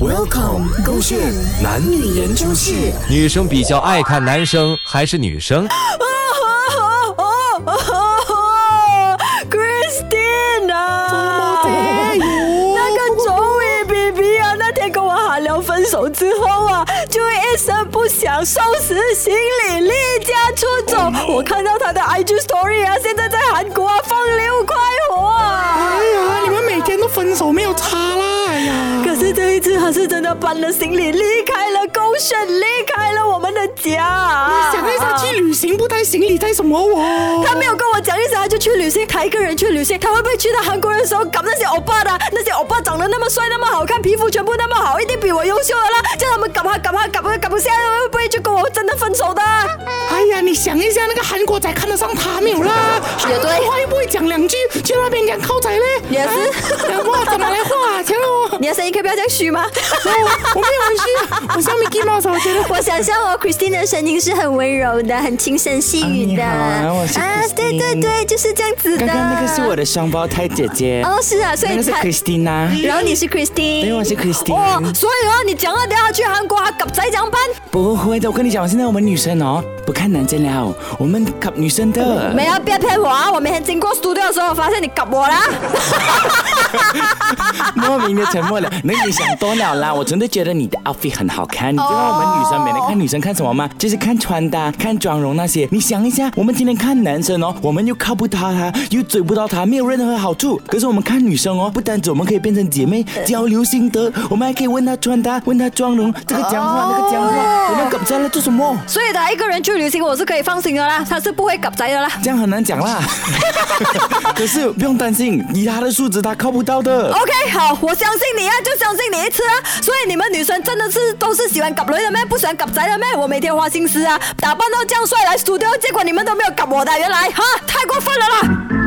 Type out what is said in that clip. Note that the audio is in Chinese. Welcome，勾线男女研究室。女生比较爱看男生还是女生？ Christina，那个周伟 BB 啊，那天跟我喊聊分手之后啊，就一声不响收拾行李离家出走。我看到他的 IG story 啊，现在在韩国啊放六块火啊。哎呀，你们每天都分手没有差啦！哎呀，可是这一次，他是真的搬了行李离开了狗选，离开了我们的家啊。想一下去旅行不带行李带什么哦？他没有跟我讲一声，他就去旅行，他一个人去旅行，他会不会去到韩国的时候搞那些欧巴的？那些欧巴长得那么帅，那么好看，皮肤全部那么好，一定比我优秀的啦！叫他们搞他搞他搞他搞不下，会不会就跟我真的分手的？哎呀，你想一下那个韩国仔看得上他没有啦？也对韩国话又不会讲两句，去那边讲靠仔嘞？也是啊讲话讲马来话，天哦！你的声音可以不要这样虚吗？我没有回去，我像 Mickey Mouse，我觉得。我想象我 Christine 的声音是很温柔的，很轻声细语的。啊你好我是对 Christine 对对，就是这样子的。刚刚那个是我的双胞胎姐姐，哦，是啊，所那以个是他， Christina，然后你是对，哎 Christine。我是哦 Christina。，所以啊，你讲了，等下去韩国还搞仔讲班？不会的，我跟你讲，现在我们女生哦，不看男生了，我们看女生的。没有，别骗我啊！我每天经过 studio 的时候，发现你搞我啦。莫名的沉默了，那你想多了啦。我真的觉得你的 outfit 很好看，你知道我们女生每天看女生看什么吗？就是看穿搭、看妆容那些。你想一下，我们今天看男生哦，我们又靠不到他，又追不到他，没有任何好处。可是我们看女生哦，不单止我们可以变成姐妹，交流心得，我们还可以问她穿搭，问她妆容，这个讲话那个讲话，我们搞在了做什么？所以他一个人去旅行，我是可以放心的啦，他是不会搞仔的啦。这样很难讲啦。可是不用担心，以她的素质，她靠不到的。 OK，好，我相信你啊，就相信你一次啊。所以你们女生真的是都是喜欢搞雷的咩？不喜欢搞宅的咩？我每天花心思啊，打扮到这样帅来 studio，结果你们都没有搞我的，原来哈，太过分了啦！